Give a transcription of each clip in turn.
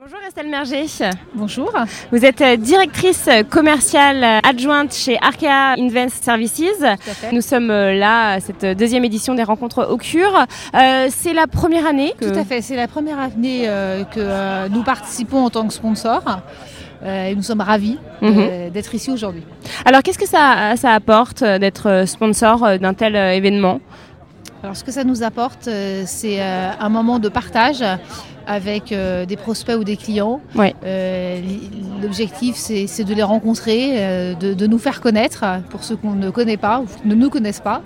Bonjour Estelle Merger. Bonjour. Vous êtes euh, directrice euh, commerciale euh, adjointe chez Arkea Invest Services. fait. Nous sommes euh, là à cette euh, deuxième édition des rencontres au cure. Euh, c'est la première année que... Tout à fait. C'est la première année euh, que euh, nous participons en tant que sponsor. Euh, et nous sommes ravis Mhm. euh, d'être ici aujourd'hui. Alors qu'est-ce que ça, ça apporte euh, d'être euh, sponsor euh, d'un tel euh, événement Alors, ce que ça nous apporte, euh, c'est euh, un moment de partage avec euh, des prospects ou des clients. Ouais. Euh, li- L'objectif, c'est c'est de les rencontrer, euh, de, de nous faire connaître pour ceux qu'on ne connaît pas ou qui ne nous connaissent pas.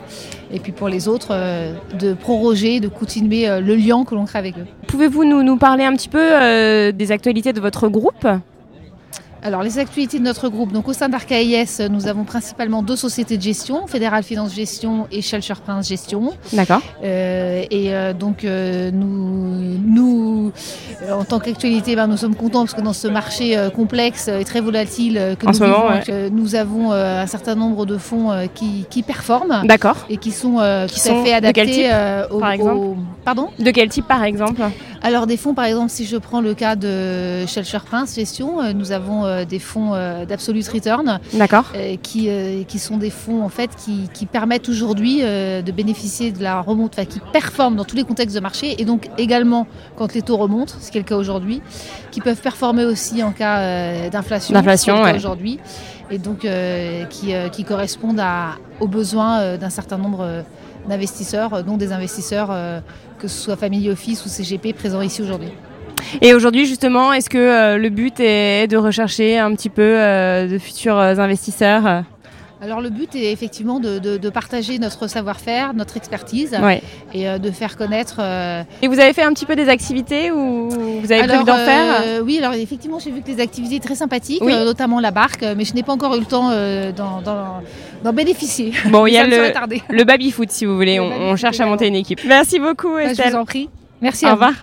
Et puis pour les autres, euh, de proroger, de continuer euh, le lien que l'on crée avec eux. Pouvez-vous nous, nous parler un petit peu euh, des actualités de votre groupe Alors, les actualités de notre groupe. Donc, au sein d'Arcaïs, nous avons principalement deux sociétés de gestion, Fédérale Finance Gestion et Shelter Prince Gestion. D'accord. Euh, et euh, donc, euh, nous, nous euh, en tant qu'actualité, ben, nous sommes contents parce que dans ce marché euh, complexe et très volatile euh, que En nous ce moment, vivons, ouais. euh, nous avons euh, un certain nombre de fonds euh, qui, qui performent D'accord. et qui sont euh, Qui tout sont à fait de quel type, adaptés euh, au- par exemple au- Pardon De quel type par exemple alors des fonds, par exemple, si je prends le cas de Shelter Prince Gestion, euh, nous avons euh, des fonds euh, d'Absolute Return D'accord. euh, qui, euh, qui sont des fonds en fait qui, qui permettent aujourd'hui euh, de bénéficier de la remonte, enfin qui performent dans tous les contextes de marché et donc également quand les taux remontent, ce qui est le cas aujourd'hui, qui peuvent performer aussi en cas euh, d'inflation, D'inflation, ce qui est le cas ouais. aujourd'hui, et donc euh, qui, euh, qui correspondent à, aux besoins euh, d'un certain nombre euh, d'investisseurs, euh, dont des investisseurs euh, que ce soit Family Office ou CGP présents ici aujourd'hui. Et aujourd'hui, justement, est-ce que euh, le but est de rechercher un petit peu euh, de futurs euh, investisseurs euh Alors le but est effectivement de, de- de partager notre savoir-faire, notre expertise Ouais. et euh, de faire connaître. euh, Et vous avez fait un petit peu des activités ou vous avez prévu Alors, d'en euh, faire Oui, alors effectivement j'ai vu que les activités étaient très sympathiques, Oui. euh, notamment la barque, euh, mais je n'ai pas encore eu le temps euh, d'en- d'en d'en bénéficier. Bon, il y a Ça me serait le, tardé. le baby-foot si vous voulez, euh, Le on, on baby-foot cherche à monter une équipe. Merci beaucoup Bah, Je Estelle. vous en prie. Merci. à Au vous. revoir.